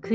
ク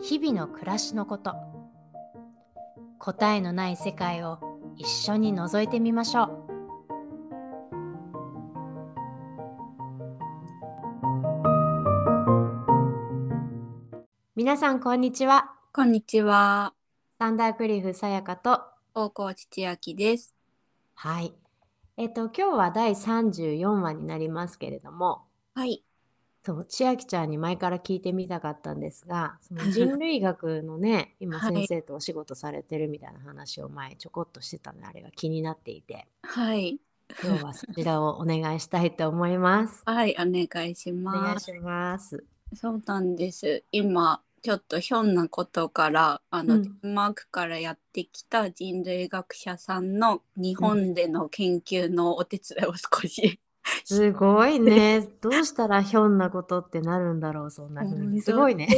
日々の暮らしのこと答えのない世界を一緒に覗いてみましょう皆さんこんにちはこんにちは。サンダークリフさやかと大河内千秋です。はいえっと今日は第34話になりますけれどもはい。そう千秋ちゃんに前から聞いてみたかったんですがそ の人類学のね今はい先生とお仕事されてるみたいな話を前ちょこっとしてたのであれが気になっていてはい。今日はそちらをお願いしたいと思います。はい、お願いしお願まいす。します。そうなんです。今、ちょっとひょんなことから、あの、うんデンマークからやってきた人類学者さんの日本での研究のお手伝いを 少し、すごいね。どうしたらひょんなことってなるんだろうそんな風本当に。すごいね。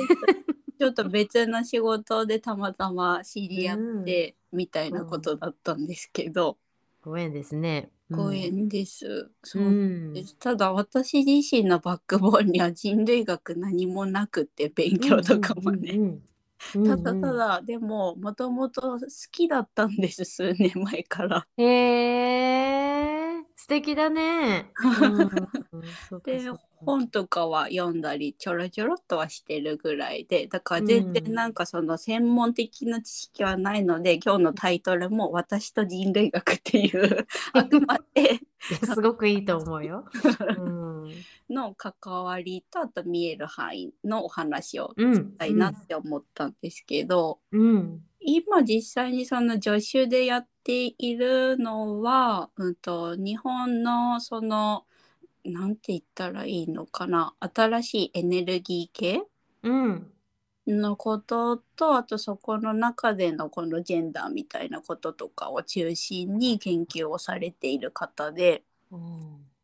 ちょっと別の仕事でたまたま知り合って、みたいなことだったんですけど、ご縁ですね。うんご縁です。そううなんんですただ私自身のバックボーンには人類学何もなくて勉強とかもね。うんうんうんうたんだたうんうんだでももともと好きだったんです数年前から。へえ素敵だね。で本本とかは読んだりちょろちょろっとはしてるぐらいでだから全うん然なんかその専門的な知識はないので、今日のタイトルも「私と人類学」っていうあくまですごくいいと思うよ。うんの関わりとあと見える範囲のお話をうんしたいなって思ったんですけど、うん今実際にその助手でやっているのは、うん、と日本のそのなんて言ったらいいのかな新しいエネルギー系うんのこととあとそこの中でのこのジェンダーみたいなこととかを中心に研究をされている方でうん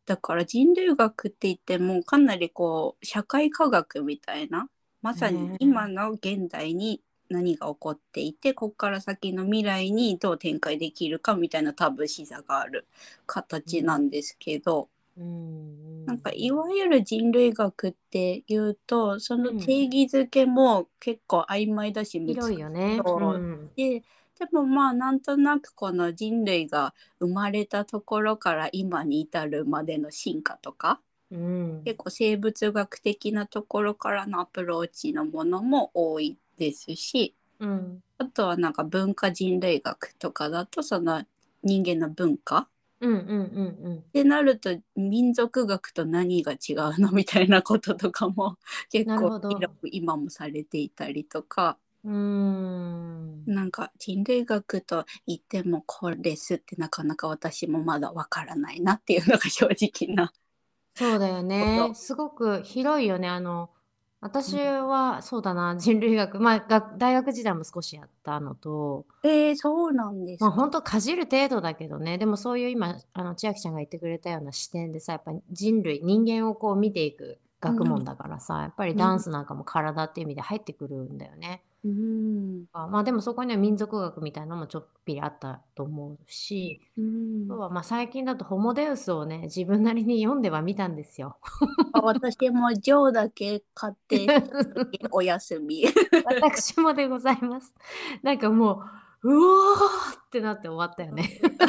だから人類学って言ってもかなりこう社会科学みたいなまさうんに今の現代に何が起こっていてここから先の未来にどう展開できるかみたいな多分視座がある形なんですけど、うんなんかいわゆる人類学っていうとそのうん定義づけも結構曖昧だし広いよね。そううんででもまあなんとなくこの人類が生まれたところから今に至るまでの進化とかうん結構生物学的なところからのアプローチのものも多いですしうんあとはなんか文化人類学とかだとその人間の文化うんうんうんってなると民族学と何が違うのみたいなこととかも 結なるほ構ど広く今もされていたりとかうんうんなんか人類学と言ってもこれですってなかなか私もまだわからないなっていうのが正直な。そうだよこね。とすごく広いよね。あの、私うはそうだな、人類学、まあ、学大学時代も少しやったのと、えー、そうなんですまあ、か。本当かじる程度だけどね、でもそういう今、あの千秋ちゃんが言ってくれたような視点でさ、やっぱり人類、人間をこう見ていく学問だからさ、やっぱりダンスなんかも体っていう意味で入ってくるんだよね。うんあまあでもそこには民族学みたいなのもちょっぴりあったと思うし、うんあとはまあ最近だとホモデウスをね、自分なりに読んではみたんですよ。あ私もジョーだけ買ってお休み。 私もでございます。なんかもう、うおーってなって終わったよね。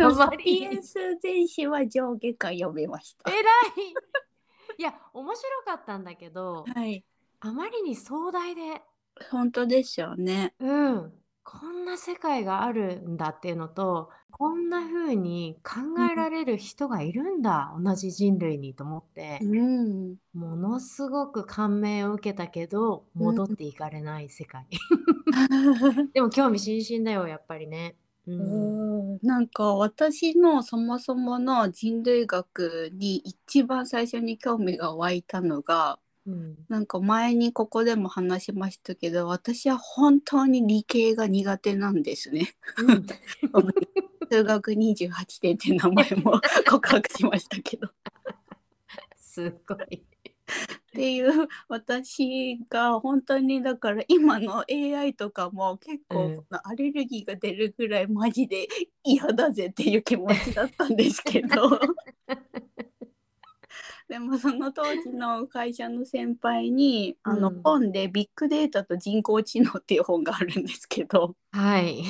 あまりピ偉エい。ンス全史は上下巻読みました。いや、面白かったんだけど、はい。あまりに壮大で、本当ですよね。うん、こんな世界があるんだっていうのと、こんな風に考えられる人がいるんだ、同じ人類にと思って、ん。ものすごく感銘を受けたけど、うん戻っていかれない世界。 でも興味津々だよ、やっぱりね。うん。なんか私のそもそもの人類学に一番最初に興味が湧いたのがうんなんか前にここでも話しましたけど私は本当に理系が苦手なんですね。うん 数学28点って名前も告白しましたけど。っすごい。ていう 私が本当にだから今の AI とかも結うん構アレルギーが出るぐらいマジで嫌だぜっていう気持ちだったんですけ ど。でもその当時の会社の先輩にあのうん本で「ビッグデータと人工知能」っていう本があるんですけどはい。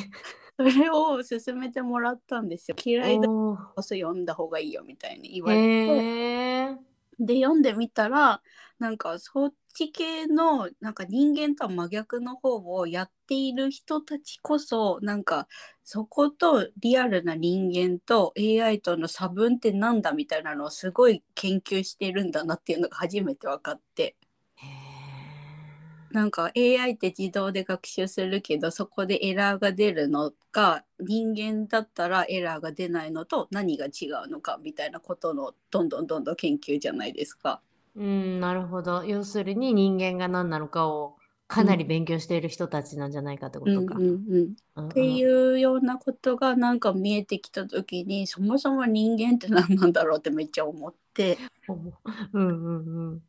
それを勧めてもらったんですよ。嫌いだからおーこそ読んだ方がいいよみたいに言われて、へーで読んでみたらなんかそっち系のなんか人間とは真逆の方をやっている人たちこそなんかそことリアルな人間と AI との差分ってなんだみたいなのをすごい研究してるんだなっていうのが初めて分かって。へなんか AI って自動で学習するけどそこでエラーが出るのか人間だったらエラーが出ないのと何が違うのかみたいなことのどんどんどんどん研究じゃないですか。ーうん、なるほど。要するに人間が何なのかをかなり勉強している人たちなんじゃないかってこうんとうんか。うん、っっていうようなことがなんか見えてきた時にそもそも人間って何なんだろうってめっちゃ思ってうん。うんうんうん。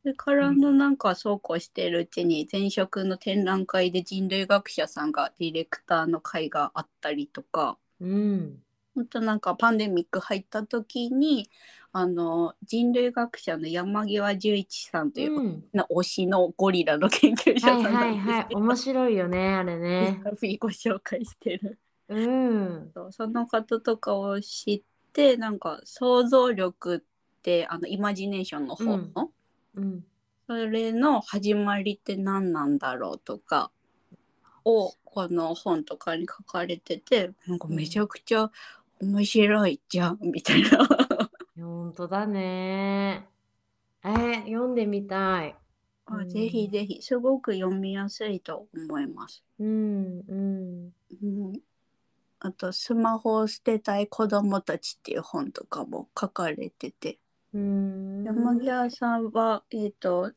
それからのなんかそうこうしてるうちに前職の展覧会で人類学者さんがディレクターの会があったりとか。うん。本当なんかパンデミック入った時にあの人類学者の山際十一さんというう、 んな推しのゴリラの研究者はさんいなはいんではすい。けど、面白いよね、あれね。い、ご紹介してるうん。そうその方とかを知ってなんか想像力ってあのイマジネーションの方の、うん。それの始まりって何なんだろうとかをこの本とかに書かれててなんかめちゃくちゃ面白いじゃんみたいな。本当だね。えー、読んでみたい。う あんぜひぜひ、すごく読みやすいと思います。うんうん。うん、あと、スマホを捨てたい子供たちっていう本とかも書かれてて、うん。山際さんは、えっ、と、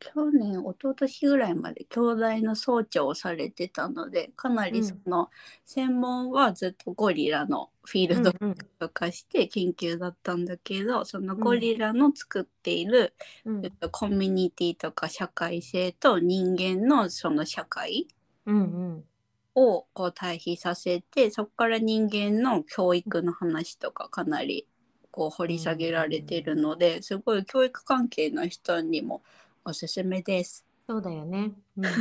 去年、一昨年ぐらいまで兄弟の総長をされてたので、かなうりんその、専門はずっとゴリラのフィールドうんとかして研究だったんだけど、そのゴリラの作っているうんえっとコミュニティとか社会性と人間のその社会うんうん。をこう対比させてそこから人間の教育の話とかかなりこう掘り下げられてるのですごい教育関係の人にもおすすめです。そうだよね。うんうん、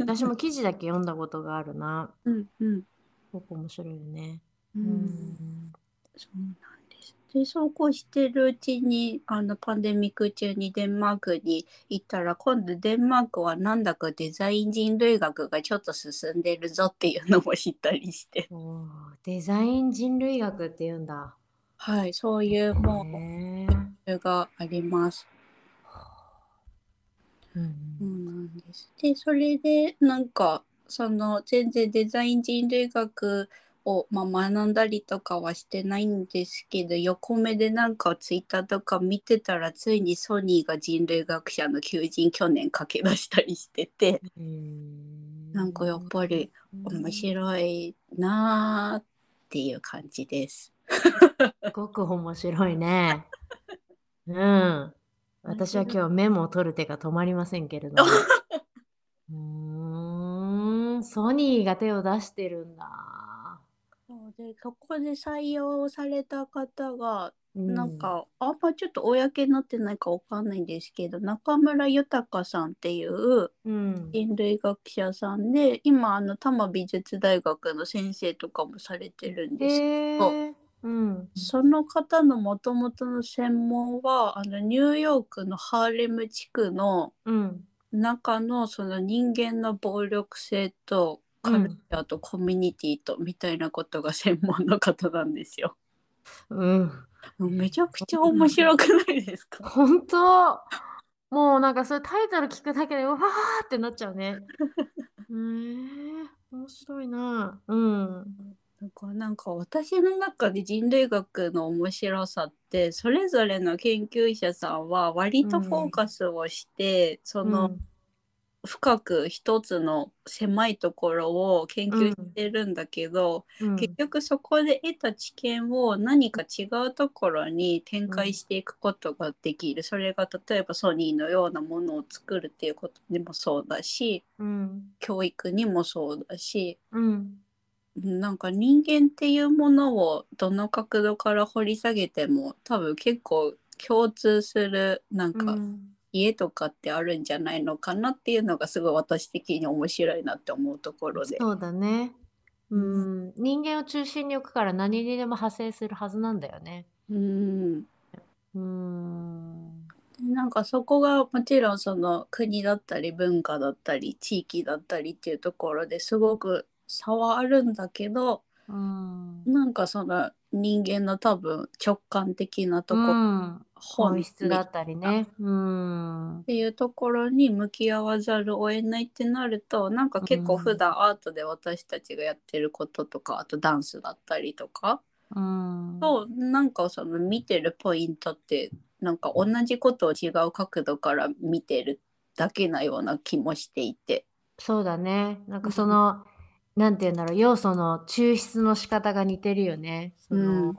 私も記事だけ読んだことがあるな。 うんうんすごく面白いよね。う、うんん。そうなんですでそうこうしてるうちにあのパンデミック中にデンマークに行ったら今度デンマークはなんだかデザイン人類学がちょっと進んでるぞっていうのも知ったりしておーデザイン人類学って言うんだ。はいそういうもうねそれがあります。うんそうなんです。で、それで、なんか、その、全然デザイン人類学を、まあ、学んだりとかはしてないんですけど、横目でなんかツイッターとか見てたら、ついにソニーが人類学者の求人去年駆け出したりしてて、うん。なんかやっぱり面い。白いなーっていう感じです。すごく面白い ね。うん。私は今日メモを取る手が止まりませんけれども。うーん、ソニーが手を出してるんだ。そうで、そこで採用された方が、うなん、かあんまちょっと公になってないかわかんないんですけど中村豊さんっていううん、人類学者さんで今あの多摩美術大学の先生とかもされてるんへです、ーうん。その方のもともとの専門はあのニューヨークのハーレム地区のうん。中のその人間の暴力性とカルチャーとコミュニティとみたいなことが専門の方なんですよ。うん。めちゃくちゃ面白くないですか本当もうなんかそういうタイトル聞くだけで、うわーってなっちゃうね。へえ面白いな。うん。なんかなんか私の中で人類学の面白さってそれぞれの研究者さんは割とフォーカスをして、その、うん深く一つの狭いところを研究してるんだけど、うん結局そこで得た知見を何か違うところに展開していくことができる、それが例えばソニーのようなものを作るっていうことにもそうだしうん教育にもそうだしうんなんか人間っていうものをどの角度から掘り下げても多分結構共通するなんか、うん家とかってあるんじゃないのかなっていうのがすごい私的に面白いなって思うところで。そうだね。うん、人間を中心に置くから何にでも派生するはずなんだよね。うんうん。なんかそこがもちろんその国だったり文化だったり地域だったりっていうところですごく差はあるんだけどうん。なんかその人間の多分直感的なところ、うん、本質だっったりね。うん。ていうところに向き合わざるを得ないってなるとなんか結構普段アートで私たちがやってることとかあとダンスだったりとかうん。となんかその見てるポイントってなんか同じことを違う角度から見てるだけなような気もしていて。そうだね。なんうんかその、なんて言うんだろう、要素の抽出の仕方が似てるよね。そのうん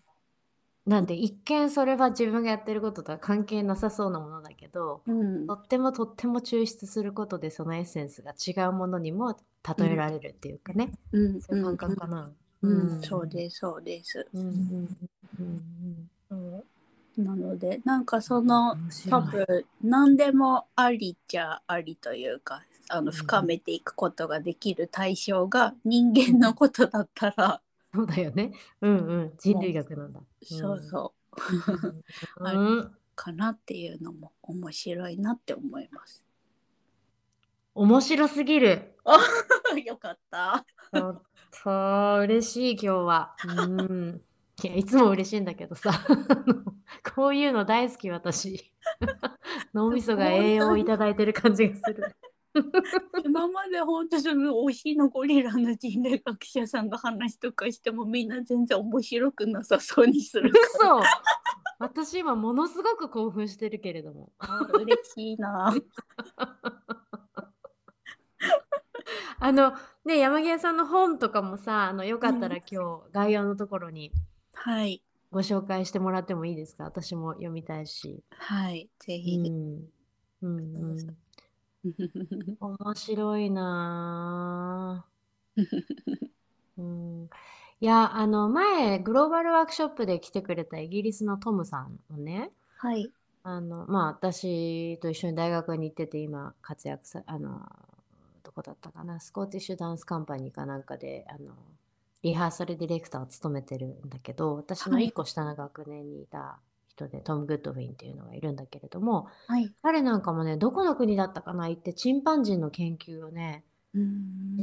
なんで一見それは自分がやってることとは関係なさそうなものだけど、うんとってもとっても抽出することでそのエッセンスが違うものにも例えられるっていうかね、うんそういう感覚かな。うんそす。うですそうです。うんうんうんそうなのでなんかそうんの面白多い分何でもありっちゃありというかあうんの深めていくことができる対象が人間のことだったら、そうだよね。うんうん。人類学なんだ。 そうそううん。あうんかなっていうのも面白いなって思います。面白すぎる。 よかった。ちょっと嬉しい今日 は。うん。いやいつも嬉しいんだけどさ あのこういうの大好き私 脳みそが栄養をいただいてる感じがする今まで本当その推しのゴリラの人類学者さんが話とかしてもみんな全然面白くなさそうにするから 嘘私今ものすごく興奮してるけれども嬉しいな。あのね山際さんの本とかもさあのよかったら今日概要のところにはいご紹介してもらってもいいですか私も読みたいし、はいぜうひ。ん、うんうんうん面白いなぁ、うん、いやあの前グローバルワークショップで来てくれたイギリスのトムさんをね はいあのまあ私と一緒に大学に行ってて今活躍さあのどこだったかなスコーティッシュダンスカンパニーかなんかであのリハーサルディレクターを務めてるんだけど私のはい1個下の学年にいた人で、トム・グッドウィンっていうのがいるんだけれどもはい。彼なんかもねどこの国だったかな行ってチンパンジーの研究をね2 2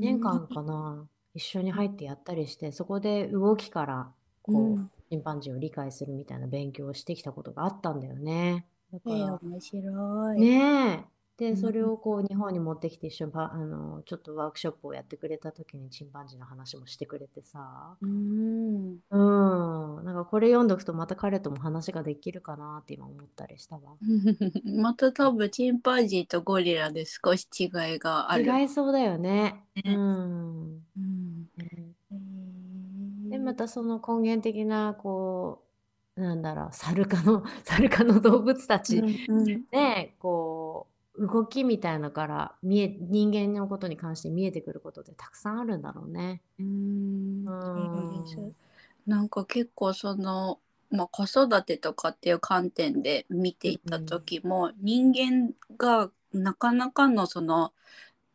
年間かな一緒に入ってやったりしてそこで動きからこう、うんチンパンジーを理解するみたいな勉強をしてきたことがあったんだよね。だかえら、ー面白い。ねえうでんそれをこう日本に持ってきて一緒にパあのちょっとワークショップをやってくれた時にチンパンジーの話もしてくれてさうんうんなんかこれ読んどくとまた彼とも話ができるかなって今思ったりしたわ。また多分チンパンジーとゴリラで少し違いがある。違いそうだよね。ねうんうんねえーでまたその根源的なこうなんだろうサル科の サル科の動物たちうんうんでこう動きみたいのから見え人間のことに関して見えてくることってたくさんあるんだろうね。うーんうんそうですなんか結構その、まあ、子育てとかっていう観点で見ていた時も、人間がなかなかのその、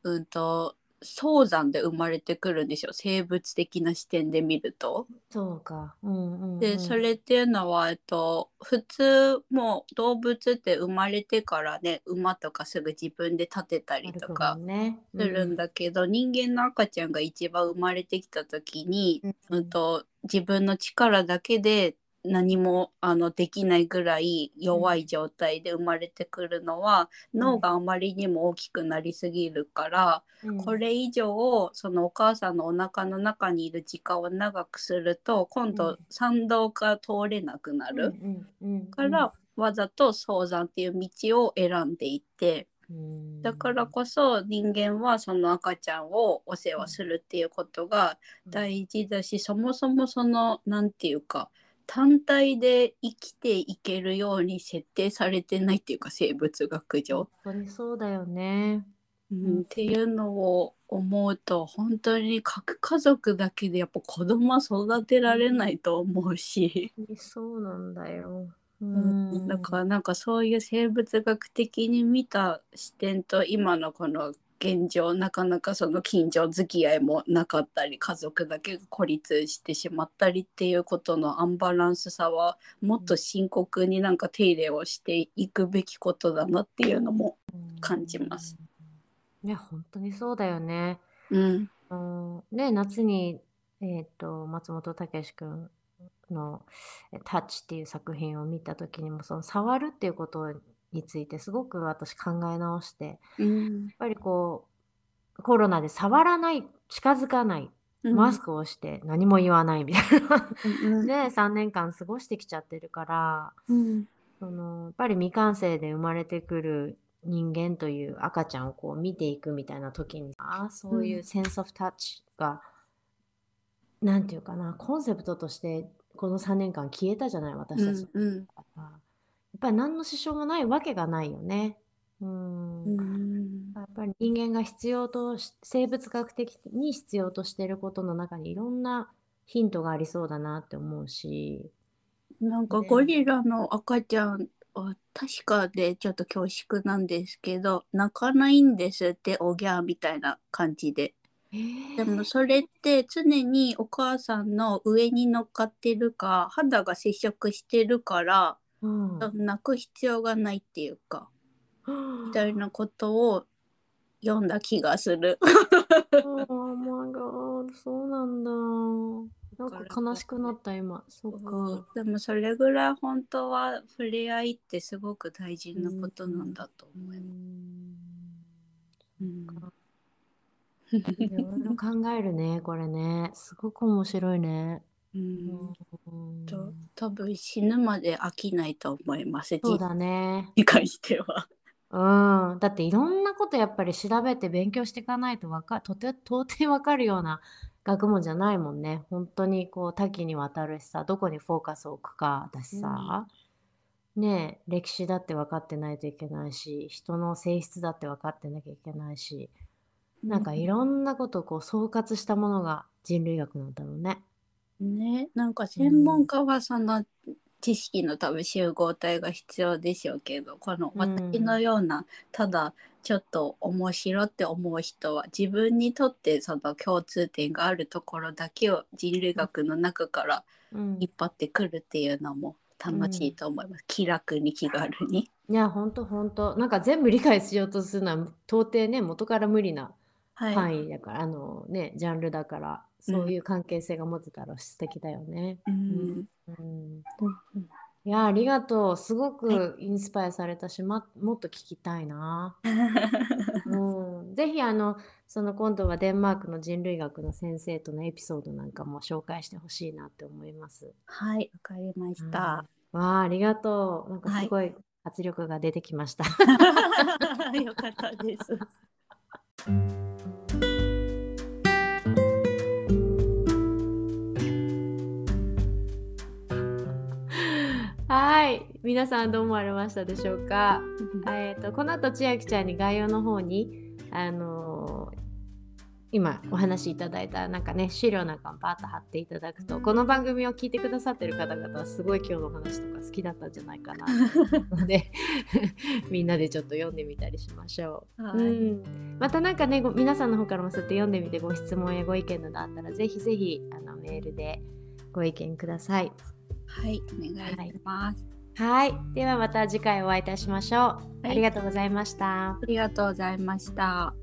うん、と早産で生まれてくるんですよ生物的な視点で見ると。そうか。うんうんうん、でそれっていうのは、えっと、普通もう動物って生まれてからね馬とかすぐ自分で立てたりあるとかかもね、するんだけど、人間の赤ちゃんが一番生まれてきた時に、うんうん、と自分の力だけで何もあのできないぐらい弱い状態で生まれてくるのは、ん脳があまりにも大きくなりすぎるから、うんこれ以上そのお母さんのお腹の中にいる時間を長くすると今うん度産道が通れなくなうる、んうんうんから、わざと早産っていう道を選んでいて。うんだからこそ人間はその赤ちゃんをお世話するっていうことが大事だし、そもそもその何て言うか単体で生きていけるように設定されてないっていうか生物学上本、当にそうだよね。うんっていうのを思うと本当に核家族だけでやっぱ子供は育てられないと思うし、そうなんだよ。うだからなんかそういう生物学的に見た視点と今のこの現状なかなかその近所付き合いもなかったり家族だけが孤立してしまったりっていうことのアンバランスさはもっと深刻になんか手入れをしていくべきことだなっていうのも、感じます。ね、本当にそうだよね。うん、うん、ね、夏に、えっ、と、松本武志くんのえタッチっていう作品を見た時にも、その触るっていうことについてすごく私考え直して、やっうんぱりこう、コロナで触らない、近づかない、うんマスクをして何も言わないみたいな。 うんで3年間過ごしてきちゃってるからうんそのやっぱり未完成で生まれてくる人間という赤ちゃんをこう見ていくみたいな時にああそういうセンス・オフ・タッチが何、なん、ていうかなコンセプトとしてこの3年間消えたじゃない私たちだうんから、やっぱり何の支障もないわけがないよね。うんうんやっぱり人間が必要とし生物学的に必要としていることの中にいろんなヒントがありそうだなって思うし、なんかねゴリラの赤ちゃんは確かでちょっと恐縮なんですけど泣かないんですっておぎゃーみたいな感じででもそれって常にお母さんの上に乗っかってるか肌が接触してるからうん、泣く必要がないっていうかみみたいなことを読んだ気がする。 Oh my god そうなんだ。なんか悲しくなった今。そうか。 でもそれぐらい本当は触れ合いってすごく大事なことなんだと思います。うんいろいろ考えるね、これね。すごく面白いね。うんうんと多分死ぬまで飽きないと思いますそう人生だね。に関しては。うん、だっていろんなことやっぱり調べて勉強していかないとわかとて到底わかるような学問じゃないもんね。本当にこう多岐にわたるしさ、どこにフォーカスを置くかだしさ、ねえ、歴史だって分かってないといけないし、人の性質だって分かってなきゃいけないし、なんかいろんなことをこう総括したものが人類学なんだろうね。ねなんか専門家はその知識の多分集合体が必要でしょうけどこのうん私のような、ただちょっと面白って思う人は自分にとってその共通点があるところだけを人類学の中からうん、引っ張ってくるっていうのも楽しいと思います、気楽に気軽に。いや、本当本当なんか全部理解しようとするのは到底ね、元から無理な。はい、範囲だから、あのね、ジャンルだから、そういう関係性が持てたら素敵だよね。うんうん、 いや、ありがとう。すごくインスパイアされたし、ま、もっと聞きたいな。うん、ぜひ、あの、その今度はデンマークの人類学の先生とのエピソードなんかも紹介してほしいなって思います。はい、わかりました。うんわあ、ありがとう。なんかすごい圧力が出てきました。 よかった です。はい、皆さんどう思われましたでしょうか。えー、とこの後千秋ちゃんに概要の方に、あのー今お話しいただいたなんかね資料なんかもパーッと貼っていただくとこの番組を聞いてくださってる方々はすごい今日のお話とか好きだったんじゃないかなと思うのでみんなでちょっと読んでみたりしましょう。はいうん、またなんかねご皆さんの方からもそうやって読んでみてご質問やご意見などあったらぜひぜひあのメールでご意見ください。はい、お願いします。はい、ではまた次回お会いいたしましょう。いありがとうございました。ありがとうございました。